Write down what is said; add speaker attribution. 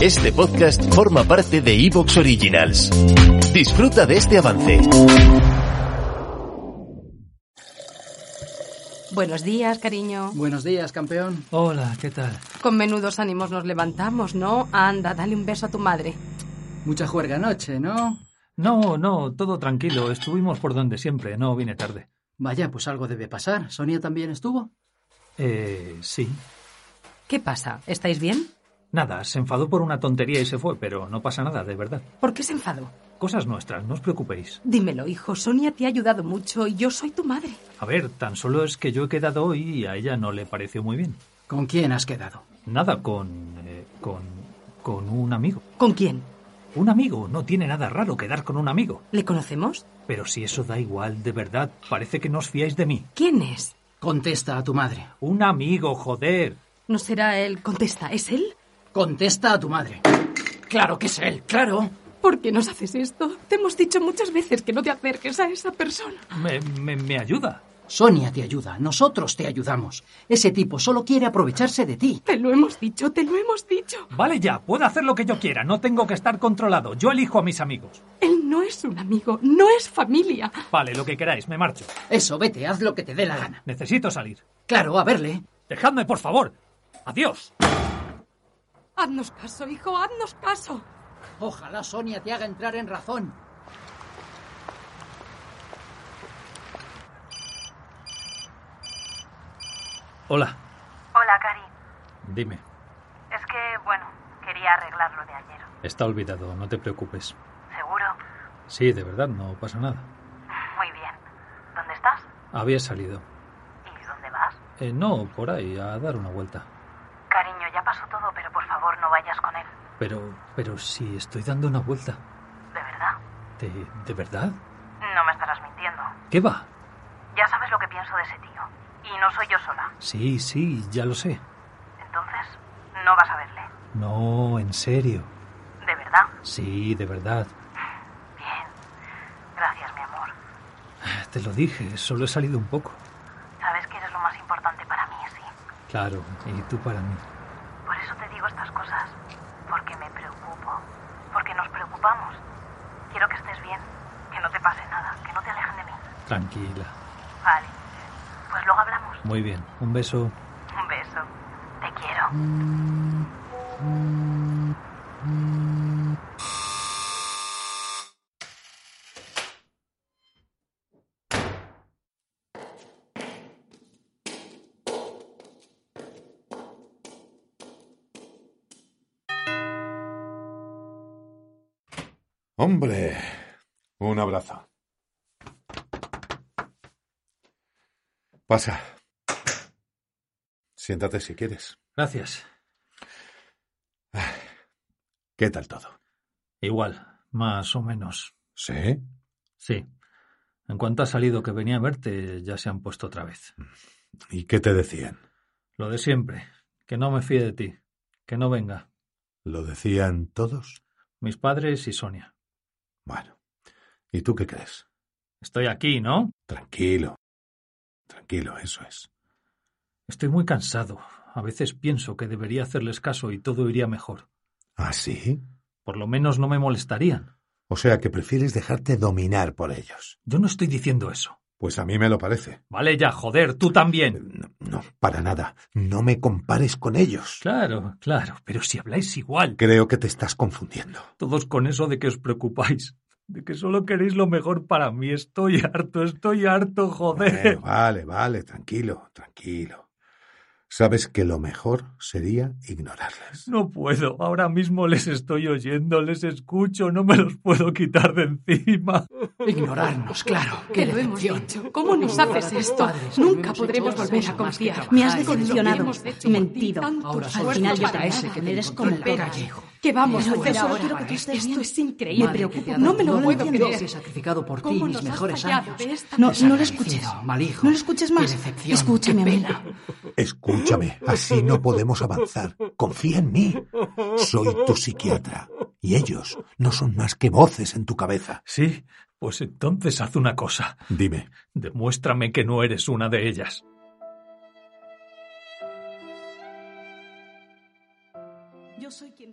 Speaker 1: Este podcast forma parte de Evox Originals. Disfruta de este avance.
Speaker 2: Buenos días, cariño.
Speaker 3: Buenos días, campeón.
Speaker 4: Hola, ¿qué tal?
Speaker 2: Con menudos ánimos nos levantamos, ¿no? Anda, dale un beso a tu madre.
Speaker 3: Mucha juerga anoche, ¿no?
Speaker 4: No, no, todo tranquilo. Estuvimos por donde siempre, no vine tarde.
Speaker 3: Vaya, pues algo debe pasar. ¿Sonia también estuvo?
Speaker 4: Eh, sí.
Speaker 2: ¿Qué pasa? ¿Estáis bien?
Speaker 4: Nada, se enfadó por una tontería y se fue, pero no pasa nada, de verdad.
Speaker 2: ¿Por qué se enfadó?
Speaker 4: Cosas nuestras, no os preocupéis.
Speaker 2: Dímelo, hijo. Sonia te ha ayudado mucho y yo soy tu madre.
Speaker 4: A ver, tan solo es que yo he quedado hoy y a ella no le pareció muy bien.
Speaker 3: ¿Con quién has quedado?
Speaker 4: Nada con... eh, con... con un amigo.
Speaker 2: ¿Con quién?
Speaker 4: Un amigo, no tiene nada raro quedar con un amigo.
Speaker 2: ¿Le conocemos?
Speaker 4: Pero si eso da igual, de verdad, parece que no os fiáis de mí.
Speaker 2: ¿Quién es?
Speaker 3: Contesta a tu madre.
Speaker 4: Un amigo, joder.
Speaker 2: No será él. Contesta, ¿es él?
Speaker 3: Contesta a tu madre. Claro que es él, claro.
Speaker 2: ¿Por qué nos haces esto? Te hemos dicho muchas veces que no te acerques a esa persona.
Speaker 4: Me, me, me ayuda.
Speaker 3: Sonia te ayuda, nosotros te ayudamos. Ese tipo solo quiere aprovecharse de ti.
Speaker 2: Te lo hemos dicho, te lo hemos dicho.
Speaker 4: Vale ya, puedo hacer lo que yo quiera, no tengo que estar controlado. Yo elijo a mis amigos.
Speaker 2: Él no es un amigo, no es familia.
Speaker 4: Vale, lo que queráis, me marcho.
Speaker 3: Eso, vete, haz lo que te dé la gana.
Speaker 4: Necesito salir.
Speaker 3: Claro, a verle.
Speaker 4: Dejadme, por favor. Adiós.
Speaker 2: Haznos caso, hijo, haznos caso.
Speaker 3: Ojalá Sonia te haga entrar en razón.
Speaker 4: Hola,
Speaker 5: Hola, Cari.
Speaker 4: dime.
Speaker 5: Es que, bueno, quería arreglar lo de ayer.
Speaker 4: Está olvidado, no te preocupes.
Speaker 5: ¿Seguro?
Speaker 4: Sí, de verdad, no pasa nada.
Speaker 5: Muy bien. ¿Dónde estás?
Speaker 4: Había salido.
Speaker 5: ¿Y dónde vas?
Speaker 4: Eh, no, por ahí, a dar una vuelta.
Speaker 5: Cariño, ya pasó todo, pero por favor no vayas con él.
Speaker 4: Pero, pero sí, estoy dando una vuelta.
Speaker 5: ¿De verdad?
Speaker 4: ¿De, de verdad?
Speaker 5: No me estarás mintiendo.
Speaker 4: ¿Qué va?
Speaker 5: Ya sabes lo que pienso de ese tío. Y no soy yo sola.
Speaker 4: Sí, sí, ya lo sé.
Speaker 5: Entonces, no vas a verle.
Speaker 4: No, en serio.
Speaker 5: ¿De verdad?
Speaker 4: Sí, de verdad.
Speaker 5: Bien. Gracias, mi amor.
Speaker 4: Te lo dije, solo he salido un poco.
Speaker 5: Sabes que eres lo más importante para mí, sí.
Speaker 4: Claro, y tú para mí.
Speaker 5: Por eso te digo estas cosas. Porque me preocupo. Porque nos preocupamos. Quiero que estés bien. Que no te pase nada. Que no te alejen de mí.
Speaker 4: Tranquila.
Speaker 5: Vale. Pues luego hablamos.
Speaker 4: Muy bien, un beso.
Speaker 5: Un beso. Te quiero.
Speaker 6: Hombre, un abrazo. Pasa. Siéntate si quieres.
Speaker 4: Gracias.
Speaker 6: ¿Qué tal todo?
Speaker 4: Igual, más o menos.
Speaker 6: Sí.
Speaker 4: Sí. En cuanto ha salido que venía a verte, ya se han puesto otra vez.
Speaker 6: ¿Y qué te decían?
Speaker 4: Lo de siempre. Que no me fíe de ti. Que no venga.
Speaker 6: ¿Lo decían todos?
Speaker 4: Mis padres y Sonia.
Speaker 6: Bueno. ¿Y tú qué crees?
Speaker 4: Estoy aquí, ¿no?
Speaker 6: Tranquilo. Tranquilo, eso es.
Speaker 4: Estoy muy cansado. A veces pienso que debería hacerles caso y todo iría mejor.
Speaker 6: ¿Ah, sí?
Speaker 4: Por lo menos no me molestarían.
Speaker 6: O sea que prefieres dejarte dominar por ellos.
Speaker 4: Yo no estoy diciendo eso.
Speaker 6: Pues a mí me lo parece.
Speaker 4: Vale ya, joder, tú también.
Speaker 6: Eh, No, no, para nada. No me compares con ellos.
Speaker 4: Claro, claro, pero si habláis igual.
Speaker 6: Creo que te estás confundiendo.
Speaker 4: Todos con eso de que os preocupáis. De que solo queréis lo mejor para mí. Estoy harto, estoy harto, joder.
Speaker 6: Bueno, vale, vale, tranquilo, tranquilo. Sabes que lo mejor sería ignorarles.
Speaker 4: No puedo, ahora mismo les estoy oyendo, les escucho, no me los puedo quitar de encima.
Speaker 3: Ignorarnos, claro.
Speaker 2: Te
Speaker 3: ¡Qué
Speaker 2: lo hemos
Speaker 3: decepción!
Speaker 2: dicho. ¿Cómo nos haces esto?
Speaker 3: Padres,
Speaker 2: Nunca
Speaker 3: hemos
Speaker 2: podremos
Speaker 3: hecho
Speaker 2: volver a
Speaker 3: cosas más que
Speaker 2: confiar.
Speaker 3: trabajar.
Speaker 7: Me has
Speaker 3: Con lo que
Speaker 7: decepcionado,
Speaker 2: hemos hecho por ti,
Speaker 7: mentido.
Speaker 2: tantos
Speaker 3: Ahora solo
Speaker 7: Al
Speaker 2: esfuerzos
Speaker 7: final yo
Speaker 2: para
Speaker 7: te
Speaker 2: nada.
Speaker 7: ese que te
Speaker 3: Eres
Speaker 7: eres
Speaker 3: como
Speaker 7: como
Speaker 3: el
Speaker 2: Espera,
Speaker 7: pegas.
Speaker 3: hijo.
Speaker 2: que vamos
Speaker 7: Pero
Speaker 2: fuera
Speaker 7: yo solo
Speaker 2: ahora.
Speaker 7: quiero que tú estés
Speaker 2: Esto
Speaker 7: bien.
Speaker 2: es increíble.
Speaker 7: Me preocupa
Speaker 2: No me
Speaker 7: tanto,
Speaker 2: lo
Speaker 7: no lo
Speaker 2: puedo
Speaker 7: entiendo.
Speaker 2: creer.
Speaker 3: He sacrificado por ti
Speaker 2: ¿Cómo
Speaker 3: mis
Speaker 2: nos has
Speaker 3: mejores
Speaker 2: fallado
Speaker 3: años.
Speaker 2: de esta
Speaker 7: No,
Speaker 2: manera?
Speaker 7: no lo escuches.
Speaker 3: Desagradecido, mal hijo.
Speaker 7: No lo escuches
Speaker 3: Qué
Speaker 7: más.
Speaker 3: decepción,
Speaker 7: Escúchame,
Speaker 3: qué
Speaker 7: amiga.
Speaker 6: Escúchame, así no podemos avanzar. Confía en mí. Soy tu psiquiatra. Y ellos no son más que voces en tu cabeza.
Speaker 4: Sí, pues entonces haz una cosa.
Speaker 6: Dime,
Speaker 4: Demuéstrame que no eres una de ellas.
Speaker 7: Yo soy quien